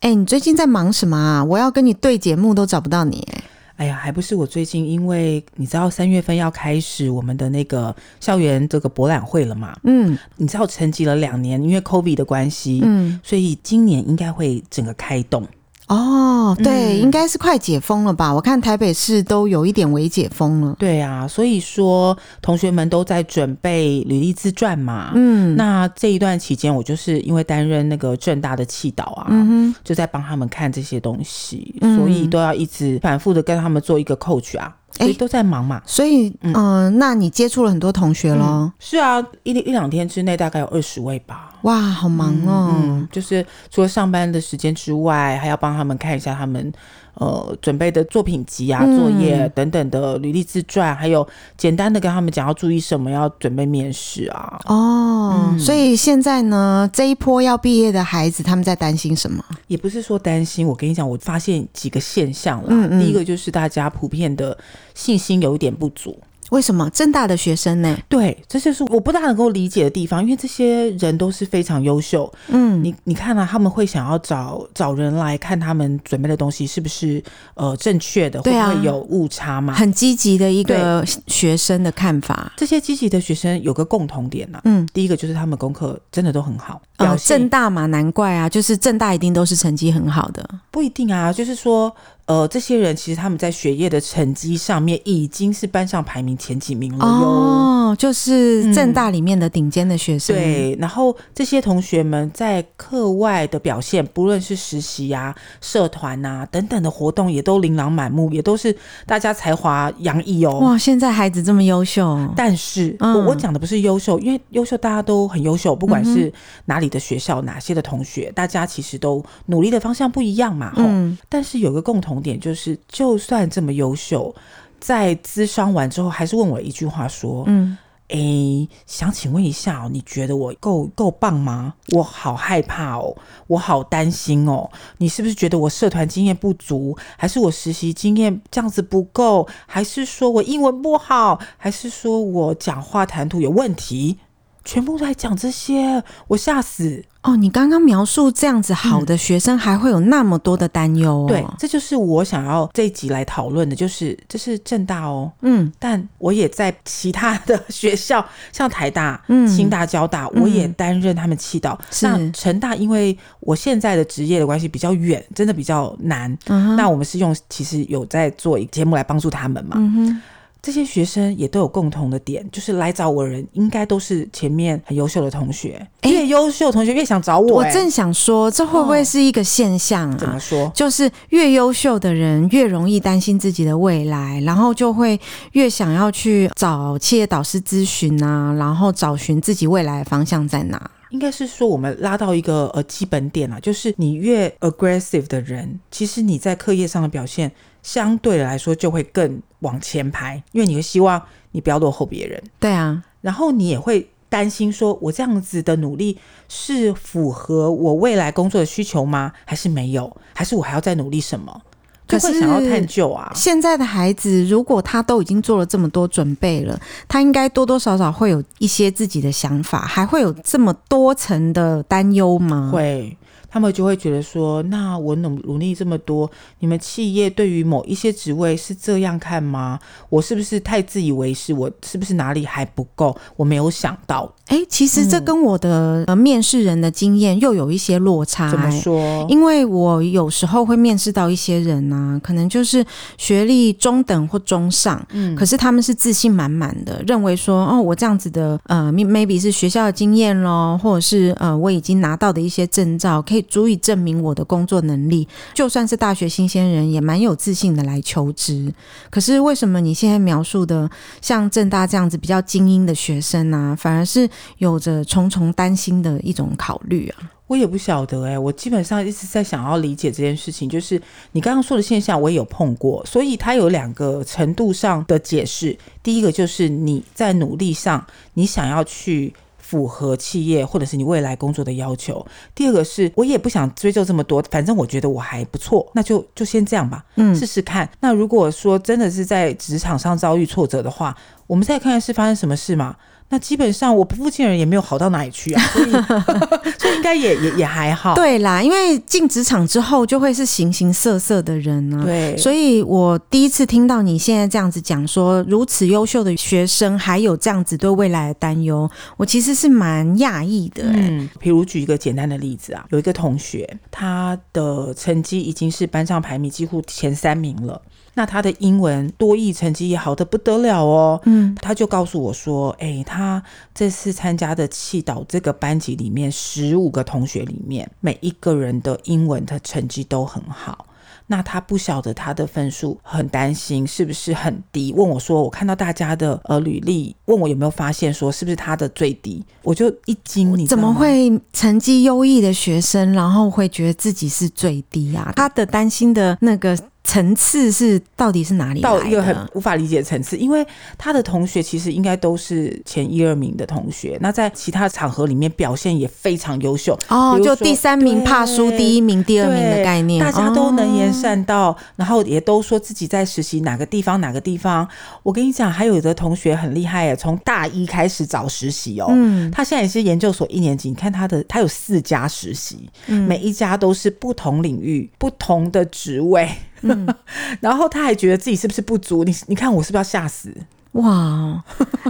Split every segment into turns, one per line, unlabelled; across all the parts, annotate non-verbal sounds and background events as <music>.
哎、你最近在忙什么啊？我要跟你对节目都找不到你、哎，
哎呀，还不是我最近因为你知道三月份要开始我们的那个校园这个博览会了嘛？
嗯
你知道沉寂了两年，因为 COVID 的关系，
嗯，
所以今年应该会整个开动。
哦，对，
嗯
应该是快解封了吧？我看台北市都有一点微解封了。
对啊，所以说同学们都在准备履历自传嘛。
嗯，
那这一段期间，我就是因为担任那个正大的气导啊，
嗯
就在帮他们看这些东西，
嗯
所以都要一直反复的跟他们做一个 coach 啊，所以
哎
都在忙嘛
哼，。所以嗯、
嗯
呃那你接触了很多同学咯。
是啊，一一两天之内大概有二十位吧。
哇，好忙哦。
嗯，就是除了上班的时间之外，还要帮他们看一下他们呃准备的作品集啊、
嗯
作业等等的履历自传，还有简单的跟他们讲要注意什么，要准备面试啊。
哦，
嗯
所以现在呢，这一波要毕业的孩子，他们在担心什么？
也不是说担心，我跟你讲，我发现几个现象啦。
嗯嗯
第一个就是大家普遍的信心有一点不足，
为什么正大的学生呢？
对，这就是我不大能够理解的地方，因为这些人都是非常优秀。
嗯，
你你看啊，他们会想要找找人来看他们准备的东西是不是呃正确的，会
对
不
啊
会有误差嘛？
很积极的一个学生的看法。
这些积极的学生有个共同点呐、
嗯，
第一个就是他们功课真的都很好，表
呃，
现、
正大嘛，难怪啊，就是正大一定都是成绩很好的。
不一定啊，就是说呃，这些人其实他们在学业的成绩上面已经是班上排名前几名了哟。
哦，就是正大里面的顶尖的学生。，
嗯对，然后这些同学们在课外的表现，不论是实习呀、社团呐、等等的活动，也都琳琅满目，也都是大家才华洋溢哦。
哇，现在孩子这么优秀，
但是，
嗯
我我讲的不是优秀，因为优秀大家都很优秀，不管
嗯哼
是哪里的学校、哪些的同学，大家其实都努力的方向不一样嘛。吼
嗯，
但是有个共同点就是，就算这么优秀，在咨商完之后，还是问我一句话说：“
嗯，
诶，想请问一下哦，你觉得我够够棒吗？我好害怕哦，我好担心哦。你是不是觉得我社团经验不足，还是我实习经验这样子不够，还是说我英文不好，还是说我讲话谈吐有问题？全部都在讲这些，我吓死。
哦，你刚刚描述这样子好的学生，还会有那么多的担忧哦。
对，这就是我想要这一集来讨论的，就是这是正大哦，
嗯，
但我也在其他的学校， <laughs> 像台大、
嗯
清大、交大，
嗯
我也担任他们气导。
是
那成大，因为我现在的职业的关系比较远，真的比较难。
嗯哼，
那我们是用，其实有在做一个节目来帮助他们嘛。
嗯哼，
这些学生也都有共同的点，就是来找我的人应该都是前面很优秀的同学，
诶
越优秀的同学越想找我、
我
欸
正想说，这会不
哦
会是一个现象
怎
啊
么？说？
就是越优秀的人越容易担心自己的未来，然后就会越想要去找企业导师咨询啊，然后找寻自己未来的方向在哪。
应该是说我们拉到一个呃基本点啦，就是你越 aggressive 的人，其实你在课业上的表现相对来说就会更往前排，因为你会希望你不要落后别人，
对啊，
然后你也会担心说，我这样子的努力是符合我未来工作的需求吗？还是没有？还是我还要再努力什么？就
可
会
是
想要探究啊。
现在的孩子如果他都已经做了这么多准备了，他应该多多少少会有一些自己的想法，还会有这么多层的担忧吗？，
会，他们就会觉得说，那我努努力这么多，你们企业对于某一些职位是这样看吗？我是不是太自以为是？我是不是哪里还不够？我没有想到，
哎、其实这跟我的、呃面试人的经验又有一些落差、
怎么
诶
说？
哎因为我有时候会面试到一些人啊，可能就是学历中等或中上，
嗯
可是他们是自信满满的，认为说哦，我这样子的呃，may-，maybe 是学校的经验咯，或者是呃，我已经拿到的一些证照，可以足以证明我的工作能力。就算是大学新鲜人，也蛮有自信的来求职。可是为什么你现在描述的像正大这样子比较精英的学生啊，反而是有着重重担心的一种考虑啊？
我也不晓得哎、我基本上一直在想要理解这件事情，就是你刚刚说的现象，我也有碰过，所以它有两个程度上的解释。第一个就是你在努力上，你想要去。符合企业或者是你未来工作的要求。第二个是我也不想追究这么多，反正我觉得我还不错，那就就先这样吧，
嗯
试试看。那如果说真的是在职场上遭遇挫折的话，我们再看看是发生什么事嘛。那基本上我附近的人也没有好到哪里去啊，所以 <laughs> 所以应该也也也还好。
对啦，因为进职场之后就会是形形色色的人呢、
对，
所以我第一次听到你现在这样子讲说，如此优秀的学生还有这样子对未来的担忧，我其实是蛮讶异的、欸。
嗯，比如举一个简单的例子啊，有一个同学，他的成绩已经是班上排名几乎前三名了，那他的英文多译成绩也好的不得了哦。
嗯
他就告诉我说：“哎、他这次参加的气导这个班级里面，十五个同学里面，每一个人的英文的成绩都很好。那他不晓得他的分数，很担心是不是很低。问我说：我看到大家的呃履历，问我有没有发现说是不是他的最低？我就一惊，你
嗯
知
怎
道
么
吗
会成绩优异的学生，然后会觉得自己是最低啊？他的担心的那个层次是到底是哪里
到
来
一个很
的？
无法理解的层次，因为他的同学其实应该都是前一二名的同学，那在其他场合里面表现也非常优秀，
哦
比，如
就
说
第三名怕输第一名、第二名的
对
概念，
大家都能言
哦
善道，然后也都说自己在实习哪个地方哪个地方。我跟你讲，还有的同学很厉害耶，从大一开始找实习哦。
嗯
他现在也是研究所一年级，你看他的，他有四家实习，
嗯
每一家都是不同领域、不同的职位，
嗯
<laughs> 然后他还觉得自己是不是不足？你你看我是不是要吓死？
哇，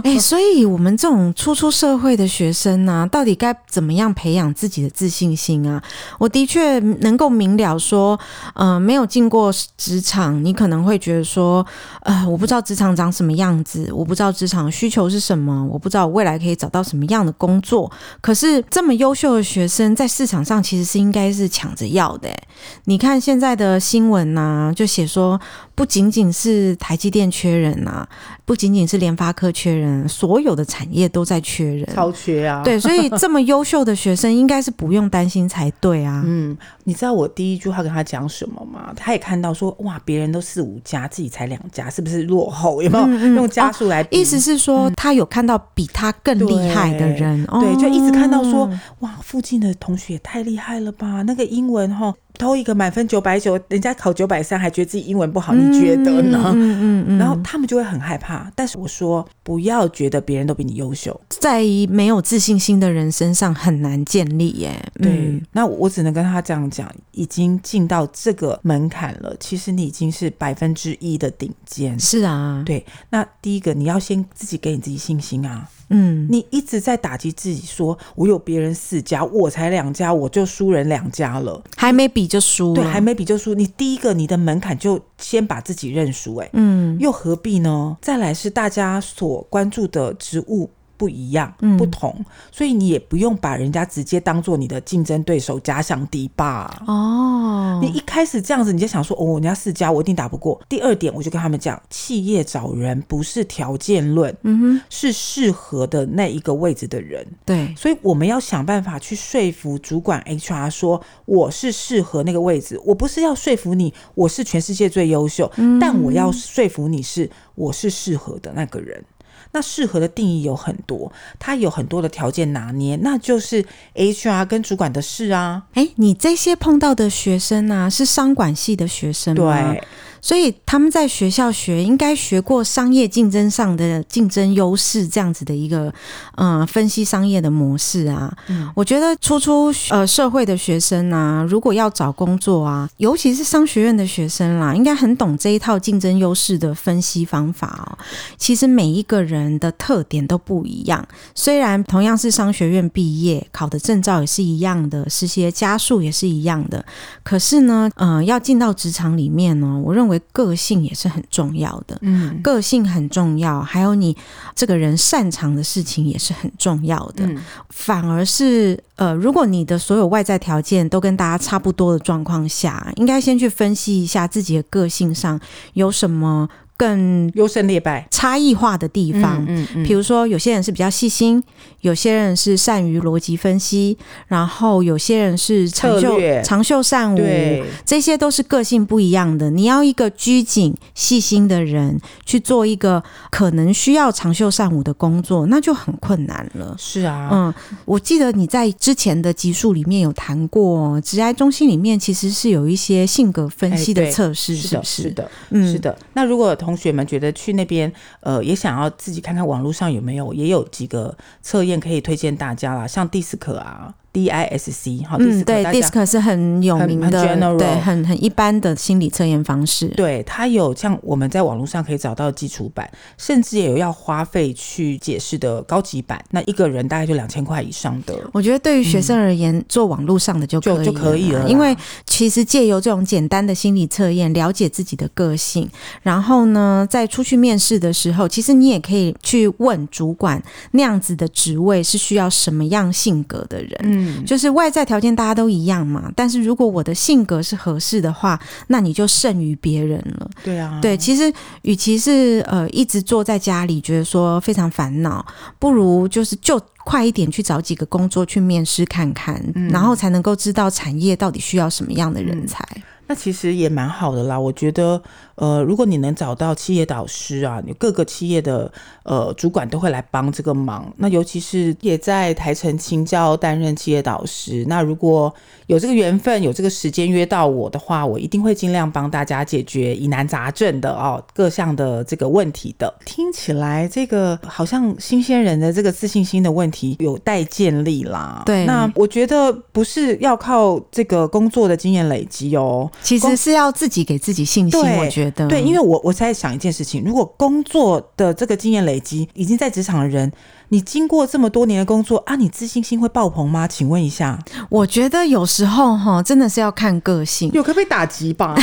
哎、所以我们这种初出社会的学生呢、到底该怎么样培养自己的自信心啊？我的确能够明了说，呃，没有进过职场，你可能会觉得说，呃，我不知道职场长什么样子，我不知道职场需求是什么，我不知道我未来可以找到什么样的工作。可是这么优秀的学生在市场上其实是应该是抢着要的、欸。你看现在的新闻呐、就写说不仅仅是台积电缺人呐、不仅仅是联发科缺人，啊所有的产业都在缺人。
超缺啊！
对，所以这么优秀的学生应该是不用担心才对啊。
嗯，你知道我第一句话跟他讲什么吗？他也看到说，哇，别人都四五家，自己才两家，是不是落后？有没有、
嗯嗯
用家数来比？
意思是说，他有看到比他更厉害的人，
嗯对，就一直看到说
哦，
哇，附近的同学也太厉害了吧！那个英文哈，偷一个满分九百九，人家考九百三，还觉得自己英文不好，你觉得呢？
嗯嗯嗯。
然后他们就会很害怕，但是我说不要觉得别人都比你优秀。
在没有自信心的人身上很难建立耶。
对，
嗯
那我只能跟他这样讲，已经进到这个门槛了，其实你已经是百分之一的顶尖。
是啊，
对，那第一个你要先自己给你自己信心啊！
嗯，
你一直在打击自己说，我有别人四家，我才两家，我就输人两家了。
还没比就输了，
对，还没比就输。你第一个你的门槛就先把自己认输、哎，
嗯
又何必呢？再来是大家所关注的职务。不一样
嗯，
不同，所以你也不用把人家直接当做你的竞争对手，假想敌吧。
哦
你，一开始这样子，你就想说哦，人家四家我一定打不过。第二点，我就跟他们讲，企业找人不是条件论，
嗯哼，
是适合的那一个位置的人。
对，
所以我们要想办法去说服主管 HR 说我是适合那个位置，我不是要说服你我是全世界最优秀，但我要说服你是我是适合的那个人。那适合的定义有很多，它有很多的条件拿捏，那就是 HR 跟主管的事啊。
哎，你这些碰到的学生啊，是商管系的学生吗？
对，啊
所以他们在学校学，应该学过商业竞争上的竞争优势这样子的一个，嗯、分析商业的模式啊。
嗯
我觉得初出呃社会的学生啊，如果要找工作啊，尤其是商学院的学生啦，应该很懂这一套竞争优势的分析方法哦。其实每一个人的特点都不一样，虽然同样是商学院毕业，考的证照也是一样的，实习的家数也是一样的，可是呢，呃，要进到职场里面呢，我认为个性也是很重要的。
嗯
个性很重要，还有你这个人擅长的事情也是很重要的。
嗯
反而是呃，如果你的所有外在条件都跟大家差不多的状况下，应该先去分析一下自己的个性上有什么。更
优胜劣败
差异化的地方。
嗯嗯
比如说，有些人是比较细心，有些人是善于逻辑分析，然后有些人是长
策
袖
略
长袖善舞，
对
这些都是个性不一样的。你要一个拘谨、细心的人去做一个可能需要长袖善舞的工作，那就很困难了。
是啊，
嗯，我记得你在之前的集数里面有谈过，职癌中心里面其实是有一些性格分析
哎
的
对
测试，
是
是
的，
不
是？的，
嗯，
是。的。那如果同学们觉得去那边，呃，也想要自己看看网络上有没有，也有几个测验可以推荐大家啦，像 DISC 啊，DISC 哈
嗯，
，DISC
对
大家
，DISC 是很有
很
名
很
的，
general
对，很很一般的心理测验方式。
对，它有像我们在网络上可以找到基础版，甚至也有要花费去解释的高级版，那一个人大概就两千块以上的。
我觉得对于学生而言，做网络上的就可以
嗯就就可以了啦
因为其实借由这种简单的心理测验，了解自己的个性，然后呢，在出去面试的时候，其实你也可以去问主管那样子的职位是需要什么样性格的人。
嗯，
就是外在条件大家都一样嘛，但是如果我的性格是合适的话，那你就胜于别人了。
对啊，
对，其实与其是呃一直坐在家里觉得说非常烦恼，不如就是就快一点去找几个工作去面试看看，
嗯
然后才能够知道产业到底需要什么样的人才。
那其实也蛮好的啦。我觉得，呃，如果你能找到企业导师啊，你各个企业的呃主管都会来帮这个忙。那尤其是也在台城青教担任企业导师。那如果有这个缘分，有这个时间约到我的话，我一定会尽量帮大家解决疑难杂症的哦，各项的这个问题的。听起来这个好像新鲜人的这个自信心的问题有待建立啦。
对
那我觉得不是要靠这个工作的经验累积哦。
其实
公
是要自己给自己信心，
对
我觉得
对，因为我我在想一件事情，如果工作的这个经验累积，已经在职场的人，你经过这么多年的工作啊，你自信心会爆棚吗？请问一下，
我觉得有时候哈，真的是要看个性。
有可被打击吧？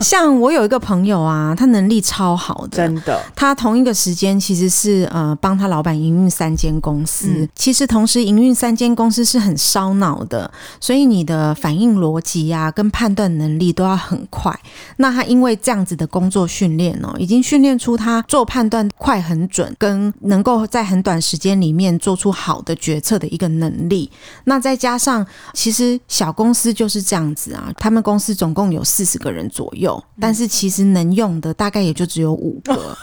像我有一个朋友啊，他能力超好的，
真的，
他同一个时间其实是呃帮他老板营运三间公司，
嗯
其实同时营运三间公司是很烧脑的，所以你的反应逻辑呀、跟判断能力都要很快。那他因为这样子的工作训练哦，已经训练出他做判断快、很准，跟能够在很短时间里面做出好的决策的一个能力。那再加上，其实小公司就是这样子啊，他们公司总共有四十个人左右，但是其实能用的大概也就只有五个。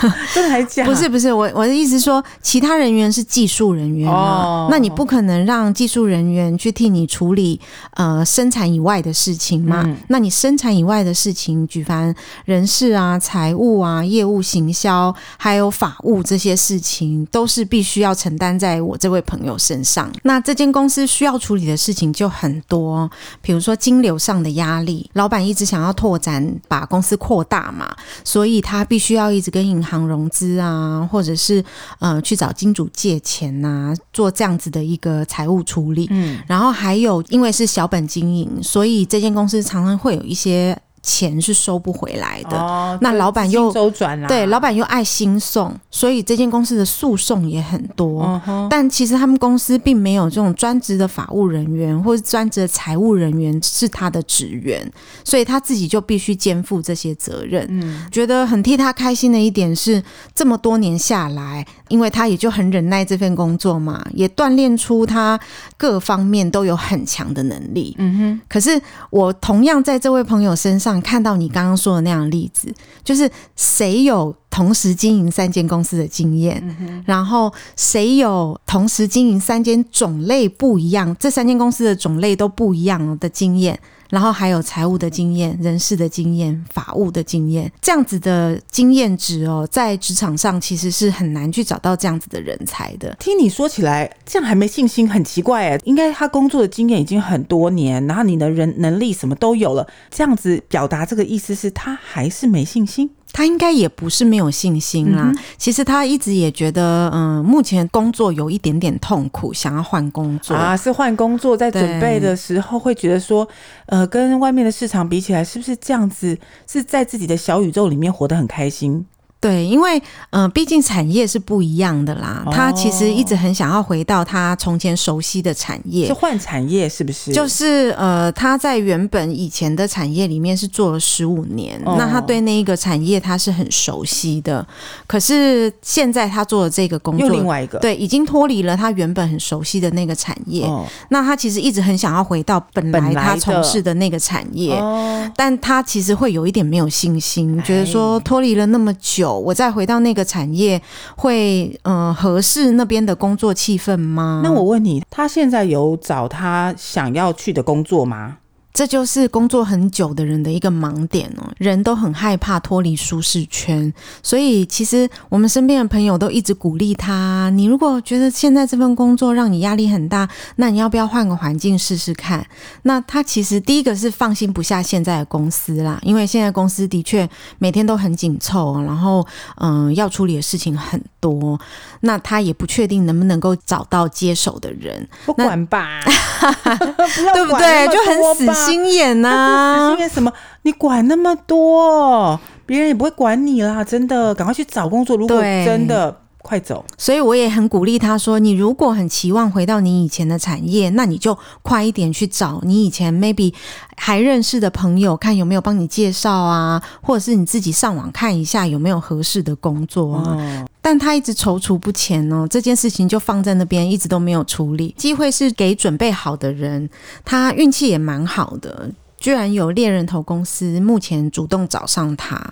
<laughs> 真的还假？
不是不是，我我的意思是说，其他人员是技术人员嘛，
哦
那你不可能让技术人员去替你处理呃生产以外的事情嘛？那你生产以外的事情，举凡人事啊、财务啊、业务行销，还有法务这些事情，都是必须要承担在我这位朋友身上。那这间公司需要处理的事情就很多，比如说金流上的压力，老板一直想要拓展，把公司扩大嘛，所以他必须要一直跟银行融资啊，或者是呃去找金主借钱呐、做这样子的一个财务处理。
嗯，
然后还有，因为是小本经营，所以这间公司常常会有一些钱是收不回来的。
哦
那老板又
周转啦，
对，老板又爱兴讼，所以这间公司的诉讼也很多。
嗯哼，
但其实他们公司并没有这种专职的法务人员或是专职的财务人员是他的职员，所以他自己就必须肩负这些责任。嗯，觉得很替他开心的一点是，这么多年下来，因为他也就很忍耐这份工作嘛，也锻炼出他各方面都有很强的能力。嗯哼。可是我同样在这位朋友身上看到你刚刚说的那样的例子，就是谁有同时经营三间公司的经验，然后谁有同时经营三间种类不一样，这三间公司的种类都不一样的经验，然后还有财务的经验、人事的经验、法务的经验，这样子的经验值哦，在职场上其实是很难去找到这样子的人才的。
听你说起来，这样还没信心，很奇怪哎。应该他工作的经验已经很多年，然后你的人能力什么都有了，这样子表达这个意思是他还是没信心。
他应该也不是没有信心啦，其实他一直也觉得，嗯、目前工作有一点点痛苦，想要换工作。
啊，是换工作，在准备的时候会觉得说，呃，跟外面的市场比起来，是不是这样子？是在自己的小宇宙里面活得很开心？
对，因为嗯、呃毕竟产业是不一样的啦。
哦
他其实一直很想要回到他从前熟悉的产
是
业，
换产业是不是？
就是呃，他在原本以前的产业里面是做了十五年，
哦
那他对那一个产业他是很熟悉的。可是现在他做的这个工
又另
作，
外一个
对，已经脱离了他原本很熟悉的那个产业。
哦
那他其实一直很想要回到本来
本来
他
的
从事的那个产业。
哦
但他其实会有一点没有信心，
哎
觉得说脱离了那么久，我再回到那个产业会呃合适那边的工作气氛吗？
那我问你，他现在有找他想要去的工作吗？
这就是工作很久的人的一个盲点哦，人都很害怕脱离舒适圈，所以其实我们身边的朋友都一直鼓励他，你如果觉得现在这份工作让你压力很大，那你要不要换个环境试试看？那他其实第一个是放心不下现在的公司啦，因为现在公司的确每天都很紧凑，然后嗯、呃要处理的事情很多，那他也不确定能不能够找到接手的人，
不
<laughs>
管吧，
对
对
不对？就很死。心啊眼呐、
因为什么？你管那么多，别人也不会管你啦！真的，赶快去找工作。如果
对
真的快走，
所以我也很鼓励他说：“你如果很期望回到你以前的产业，那你就快一点去找你以前 maybe 还认识的朋友，看有没有帮你介绍啊，或者是你自己上网看一下有没有合适的工作啊。
哦，
但他一直踌躇不前哦，这件事情就放在那边，一直都没有处理。机会是给准备好的人，他运气也蛮好的。居然有猎人头公司目前主动找上他，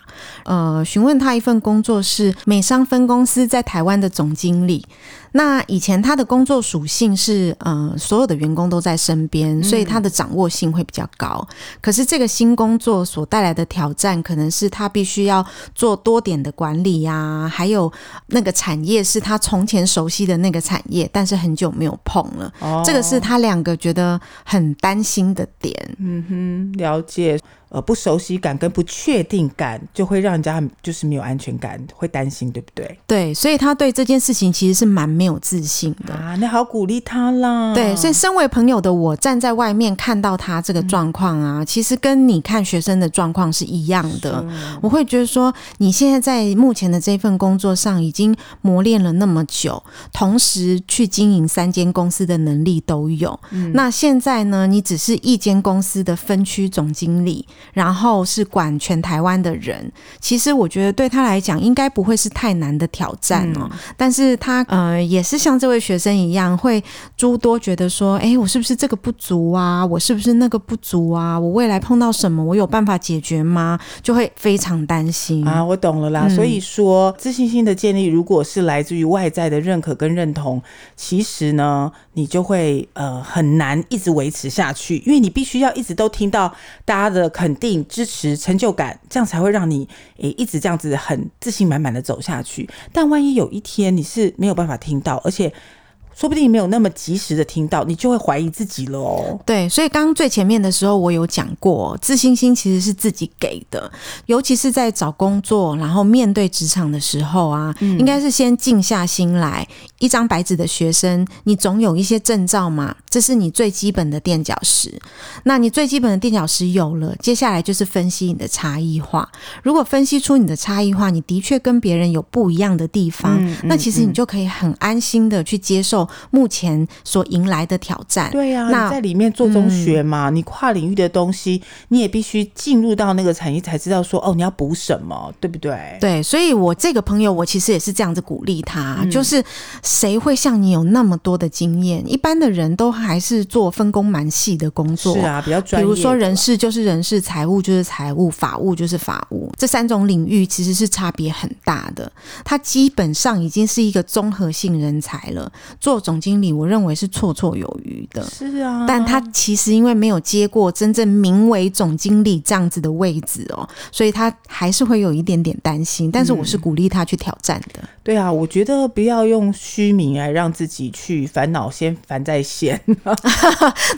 呃，询问他一份工作是美商分公司在台湾的总经理。那以前他的工作属性是，呃，所有的员工都在身边，所以他的掌握性会比较高。可是这个新工作所带来的挑战，可能是他必须要做多点的管理呀、还有那个产业是他从前熟悉的那个产业，但是很久没有碰了。
哦
这个是他两个觉得很担心的点。
嗯了解。呃，不熟悉感跟不确定感就会让人家很就是没有安全感，会担心，对不对？
对，所以他对这件事情其实是蛮没有自信的。
啊，那好鼓励他啦。
对，所以身为朋友的我站在外面看到他这个状况啊，其实跟你看学生的状况是一样的。我会觉得说，你现在在目前的这份工作上已经磨练了那么久，同时去经营三间公司的能力都有。那现在呢，你只是一间公司的分区总经理，然后是管全台湾的人。其实我觉得对他来讲，应该不会是太难的挑战哦。但是他呃，也是像这位学生一样，会诸多觉得说，诶，我是不是这个不足啊？我是不是那个不足啊？我未来碰到什么，我有办法解决吗？就会非常担心。
啊，我懂了啦。
嗯
所以说，自信心的建立，如果是来自于外在的认可跟认同，其实呢，你就会呃很难一直维持下去，因为你必须要一直都听到大家的肯定、支持、成就感，这样才会让你诶一直这样子很自信满满的走下去。但万一有一天你是没有办法听到，而且说不定没有那么及时的听到，你就会怀疑自己了哦。
对，所以刚刚最前面的时候，我有讲过，自信心其实是自己给的，尤其是在找工作，然后面对职场的时候啊，
嗯
应该是先静下心来，一张白纸的学生，你总有一些证照嘛，这是你最基本的垫脚石。那你最基本的垫脚石有了，接下来就是分析你的差异化。如果分析出你的差异化，你的确跟别人有不一样的地方，
嗯
那其实你就可以很安心的去接受目前所迎来的挑战。
对呀、
那嗯
你在里面做中学嘛，你跨领域的东西，你也必须进入到那个产业才知道说哦，你要补什么，对不对？
对，所以我这个朋友，我其实也是这样子鼓励他，
嗯
就是谁会像你有那么多的经验？一般的人都还是做分工蛮细的工作，
是啊，比较专
比
业
如
的啦。
说人事就是人事，财务就是财务，法务就是法务，这三种领域其实是差别很大的。他基本上已经是一个综合性人才了，做总经理，我认为是绰绰有余的。
是啊，
但他其实因为没有接过真正名为总经理这样子的位置哦，所以他还是会有一点点担心。但是我是鼓励他去挑战的。
对啊，我觉得不要用虚名来让自己去烦恼，先烦在先。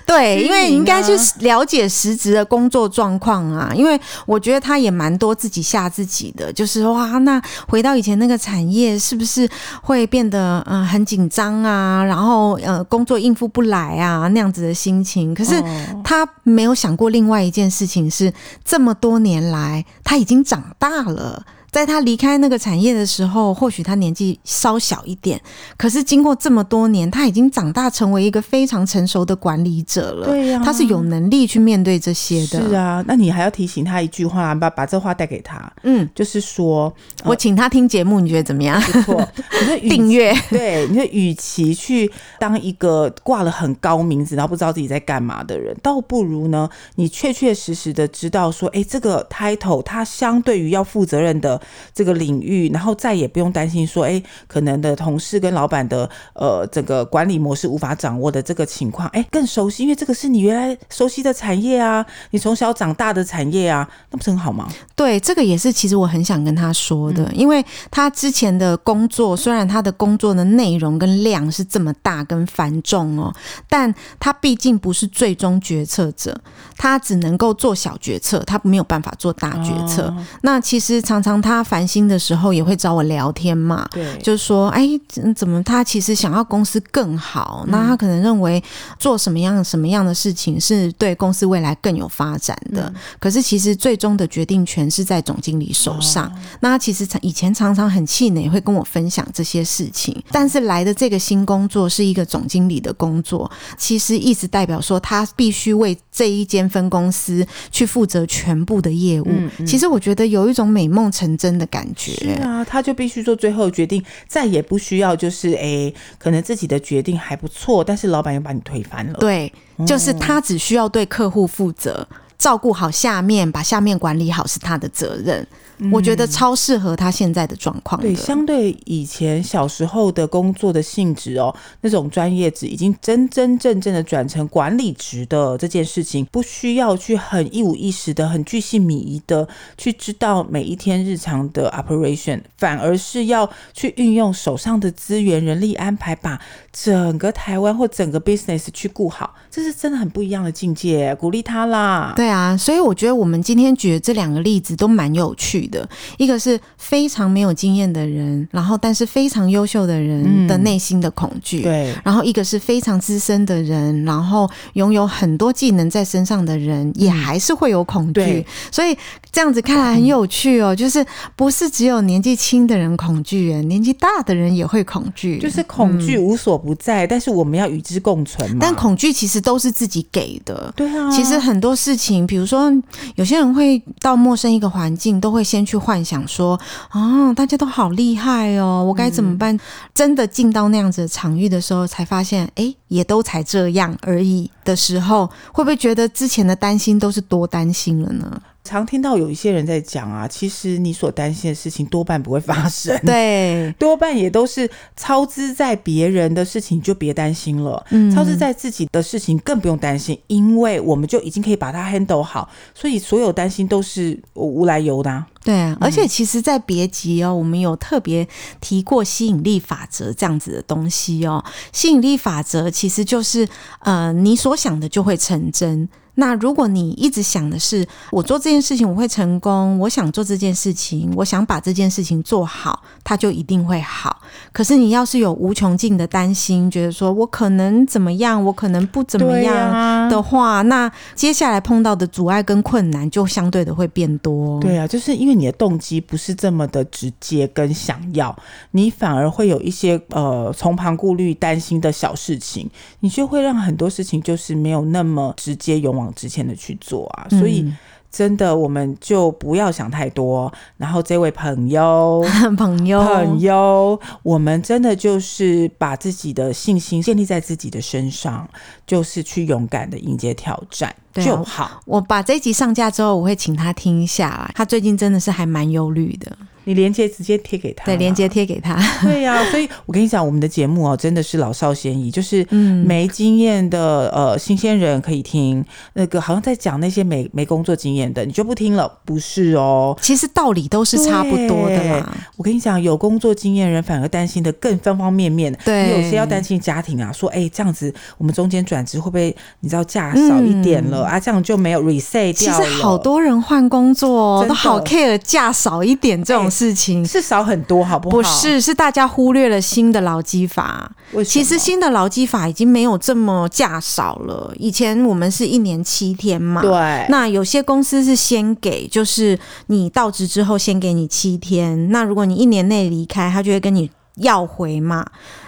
对，
虚
因为你
名
应该去
啊
了解实质的工作状况啊。因为我觉得他也蛮多自己吓自己的，就是哇，那回到以前那个产业，是不是会变得嗯、呃很紧张啊？然后呃工作应付不来啊那样子的心情。可是
哦
他没有想过另外一件事情是，这么多年来他已经长大了。在他离开那个产业的时候，或许他年纪稍小一点，可是经过这么多年，他已经长大成为一个非常成熟的管理者了。
对呀
他是有能力去面对这些的。
是，啊，那你还要提醒他一句话，把把这话带给他，
嗯，
就是说
我请他听节目，你觉得怎么样？
不
<laughs>
错，你说与
订阅，
<laughs> 对，你说与其去当一个挂了很高名字，然后不知道自己在干嘛的人，倒不如呢，你确确实实的知道说，哎，这个 title 它相对于要负责任的这个领域，然后再也不用担心说，哎，可能的同事跟老板的呃整个管理模式无法掌握的这个情况，哎，更熟悉，因为这个是你原来熟悉的产业啊，你从小长大的产业啊，那不是很好吗？
对，这个也是其实我很想跟他说的，因为他之前的工作，虽然他的工作的内容跟量是这么大跟繁重哦，但他毕竟不是最终决策者，他只能够做小决策，他没有办法做大决策。
哦
那其实常常他烦心的时候，也会找我聊天嘛。
对，
就说，哎，嗯怎么他其实想要公司更好？
嗯
那他可能认为做什么样什么样的事情是对公司未来更有发展的。
嗯
可是其实最终的决定权是在总经理手上。
哦
那他其实常以前常常很气馁，会跟我分享这些事情。但是来的这个新工作是一个总经理的工作，其实意思代表说他必须为这一间分公司去负责全部的业务。
嗯嗯
其实我觉得有一种美梦成真的感觉。
是啊，他就必须做最后的决定，再也不需要就是诶、可能自己的决定还不错，但是老板又把你推翻了。
对，
哦
就是他只需要对客户负责，照顾好下面，把下面管理好是他的责任。我觉得超适合他现在的状况
嗯对，
的。
相对以前小时候的工作的性质哦，那种专业职已经真真正正的转成管理职的这件事情，不需要去很一五一十的、很具细靡遗的去知道每一天日常的 operation，反而是要去运用手上的资源、人力安排，把整个台湾或整个 business 去顾好，这是真的很不一样的境界，鼓励他啦。
对啊，所以我觉得我们今天举的这两个例子都蛮有趣的。一个是非常没有经验的人，然后但是非常优秀的人的内心的恐惧。
嗯对
然后一个是非常资深的人，然后拥有很多技能在身上的人，也还是会有恐惧
嗯对。
所以这样子看来很有趣哦，就是不是只有年纪轻的人恐惧耶，年纪大的人也会恐惧。
就是恐惧无所不在，但是我们要与之共存嘛。
嗯但恐惧其实都是自己给的。
对啊，
其实很多事情，比如说有些人会到陌生一个环境，都会先去幻想说，啊，大家都好厉害哦，我该怎
嗯
么办？真的进到那样子的场域的时候，才发现，哎，也都才这样而已的时候，会不会觉得之前的担心都是多担心了呢？
常听到有一些人在讲啊，其实你所担心的事情多半不会发生， <laughs>
对，
多半也都是超支在别人的事情，你就别担心了。
嗯
超支在自己的事情更不用担心，因为我们就已经可以把它 handle 好，所以所有担心都是无来由的、啊。
对啊，而且其实，在别集哦，我们有特别提过吸引力法则这样子的东西哦。吸引力法则其实就是，呃，你所想的就会成真。那如果你一直想的是我做这件事情我会成功，我想做这件事情，我想把这件事情做好，它就一定会好。可是你要是有无穷尽的担心，觉得说我可能怎么样，我可能不怎么
对
样，
啊
的话，那接下来碰到的阻碍跟困难就相对的会变多。
对啊，就是因为你的动机不是这么的直接跟想要，你反而会有一些呃从旁顾虑、担心的小事情，你就会让很多事情就是没有那么直接勇往直前的去做啊。所以
嗯。
真的，我们就不要想太多。然后这位朋友
嗯 <laughs> 朋友，
朋友，我们真的就是把自己的信心建立在自己的身上，就是去勇敢的迎接挑战、
对啊
就好。
我把这一集上架之后，我会请他听一下啦。他最近真的是还蛮忧虑的，
你连接直接贴给他啦，
对，链接贴给他。 <laughs>
对呀、所以我跟你讲，我们的节目哦，真的是老少咸宜，就是
嗯
没经验的呃新鲜人可以听，那个好像在讲那些没没工作经验的，你就不听了，不是哦。
其实道理都是差不多的啦。
我跟你讲，有工作经验的人反而担心的更方方面面，
对
你有些要担心家庭啊，说哎、这样子我们中间转职会不会你知道价少一点了、啊，这样就没有 reset
嗯其
掉
实
了。
好多人换工作、哦、
真的
都好 care 价少一点这种事情。
是少很多，好不好？
不，是，是大家忽略了新的劳基法。
为什
其实
么
新的劳基法已经没有这么价少了。以前我们是一年七天嘛，
对，
啊那有些公司是先给，就是你到职之后先给你七天，那如果你一年内离开，他就会跟你要回嘛。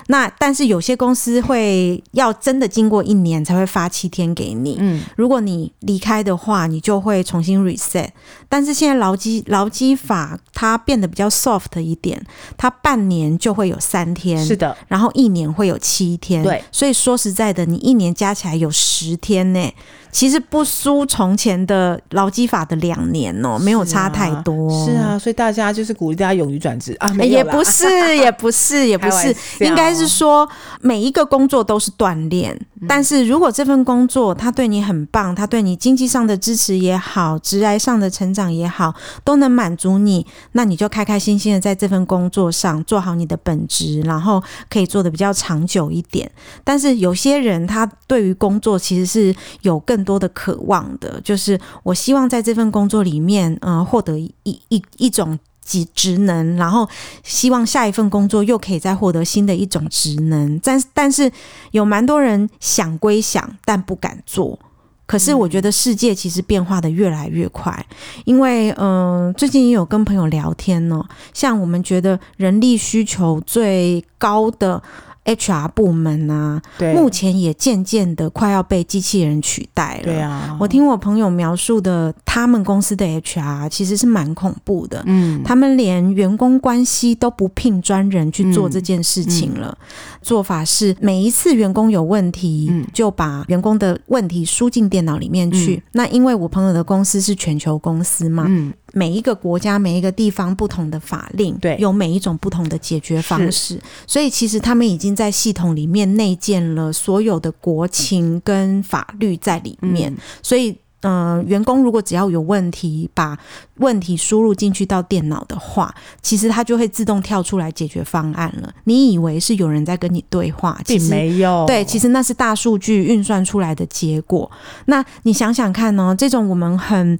那但是有些公司会要真的经过一年才会发七天给你，
嗯，
如果你离开的话，你就会重新 reset。但是现在劳基劳基法它变得比较 soft 一点，它半年就会有三天，
是的，
然后一年会有七天，
对，
所以说实在的，你一年加起来有十天呢，其实不输从前的劳基法的两年哦、没有差太多，
啊是啊，所以大家就是鼓励大家勇于转职啊，
哎。
没有
也
啦
不是，也不是，也不
<laughs> 开玩
是，
笑
应该是说每一个工作都是锻炼。但是如果这份工作它对你很棒，它对你经济上的支持也好，职涯上的成长也好，都能满足你，那你就开开心心的在这份工作上做好你的本职，然后可以做的比较长久一点。但是有些人他对于工作其实是有更多的渴望的，就是我希望在这份工作里面，呃，获得一一一一种。及职能，然后希望下一份工作又可以再获得新的一种职能，但但是有蛮多人想归想，但不敢做。可
嗯
是我觉得世界其实变化的越来越快，因为嗯、呃最近也有跟朋友聊天呢、像我们觉得人力需求最高的 HR 部门啊，
对，
目前也渐渐的快要被机器人取代了。
对啊，
我听我朋友描述的，他们公司的 HR 其实是蛮恐怖的。
嗯，
他们连员工关系都不聘专人去做这件事情了。做法是每一次员工有问题，
嗯
就把员工的问题输进电脑里面去。
嗯
那因为我朋友的公司是全球公司嘛，
嗯，
每一个国家、每一个地方不同的法令，
对
有每一种不同的解决方式，所以其实他们已经在系统里面内建了所有的国情跟法律在里面，
嗯
所以。嗯、员工如果只要有问题，把问题输入进去到电脑的话，其实它就会自动跳出来解决方案了。你以为是有人在跟你对话，其
并
实
没有，
对，其
实
实那是大数据运算出来的结果。那你想想看哦，这种我们很。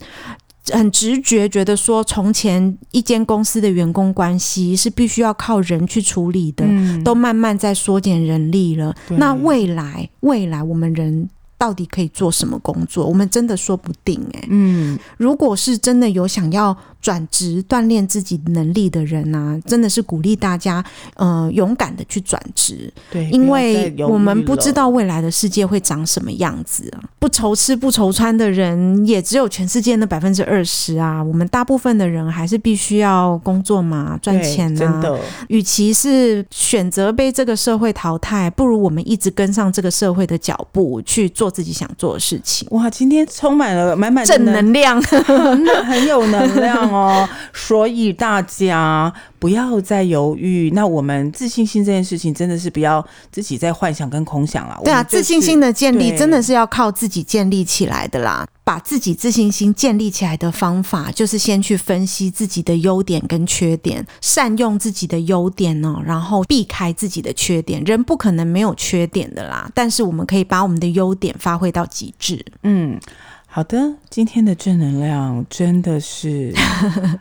很直觉觉得说，从前一间公司的员工关系是必须要靠人去处理的，
嗯
都慢慢在缩减人力了。
对
那未来，未来我们人到底可以做什么工作？我们真的说不定诶、
嗯，
如果是真的有想要转职锻炼自己能力的人啊，真的是鼓励大家，呃，勇敢的去转职。
对，
因
不要再
为
犹
我们
豫
不知
了
道未来的世界会长什么样子啊，不愁吃不愁穿的人也只有全世界那百分之二十啊。我们大部分的人还是必须要工作嘛，赚
对
钱
真
啊。
的，
与其是选择被这个社会淘汰，不如我们一直跟上这个社会的脚步，去做自己想做的事情。
哇，今天充满了满满的
正能量，
<laughs> 很很有能量哦。所以大家不要再犹豫。那我们自信心这件事情，真的是不要自己在幻想跟空想了。
<laughs> 对
我
啊，
们就
自信心
是
的建立
对
真的是要靠自己建立起来的啦。把自己自信心建立起来的方法，就是先去分析自己的优点跟缺点，善用自己的优点呢、然后避开自己的缺点。人不可能没有缺点的啦，但是我们可以把我们的优点发挥到极致。
嗯。好的，今天的正能量真
<laughs>
的是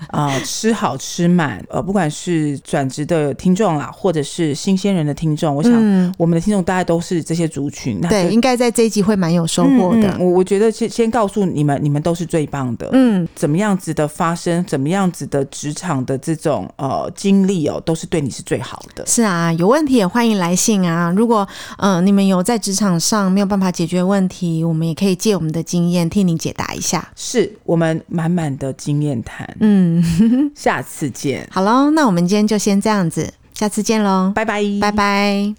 啊、吃好吃满，呃，不管是转职的听众啦，或者是新鲜人的听众，我想
嗯，
我们的听众大概都是这些族群，那
对，
就
应该在这一集会蛮有收获
嗯嗯
的。
我我觉得先先告诉你们，你们都是最棒的。
嗯，
怎么样子的发生，怎么样子的职场的这种呃经历哦，都是对你是最好的。
是啊，有问题也欢迎来信啊。如果嗯、呃你们有在职场上没有办法解决问题，我们也可以借我们的经验替您解答一下。
是我们满满的经验谈，
嗯。
<laughs> 下次见，
好喽，那我们今天就先这样子，下次见喽，
拜拜，
拜拜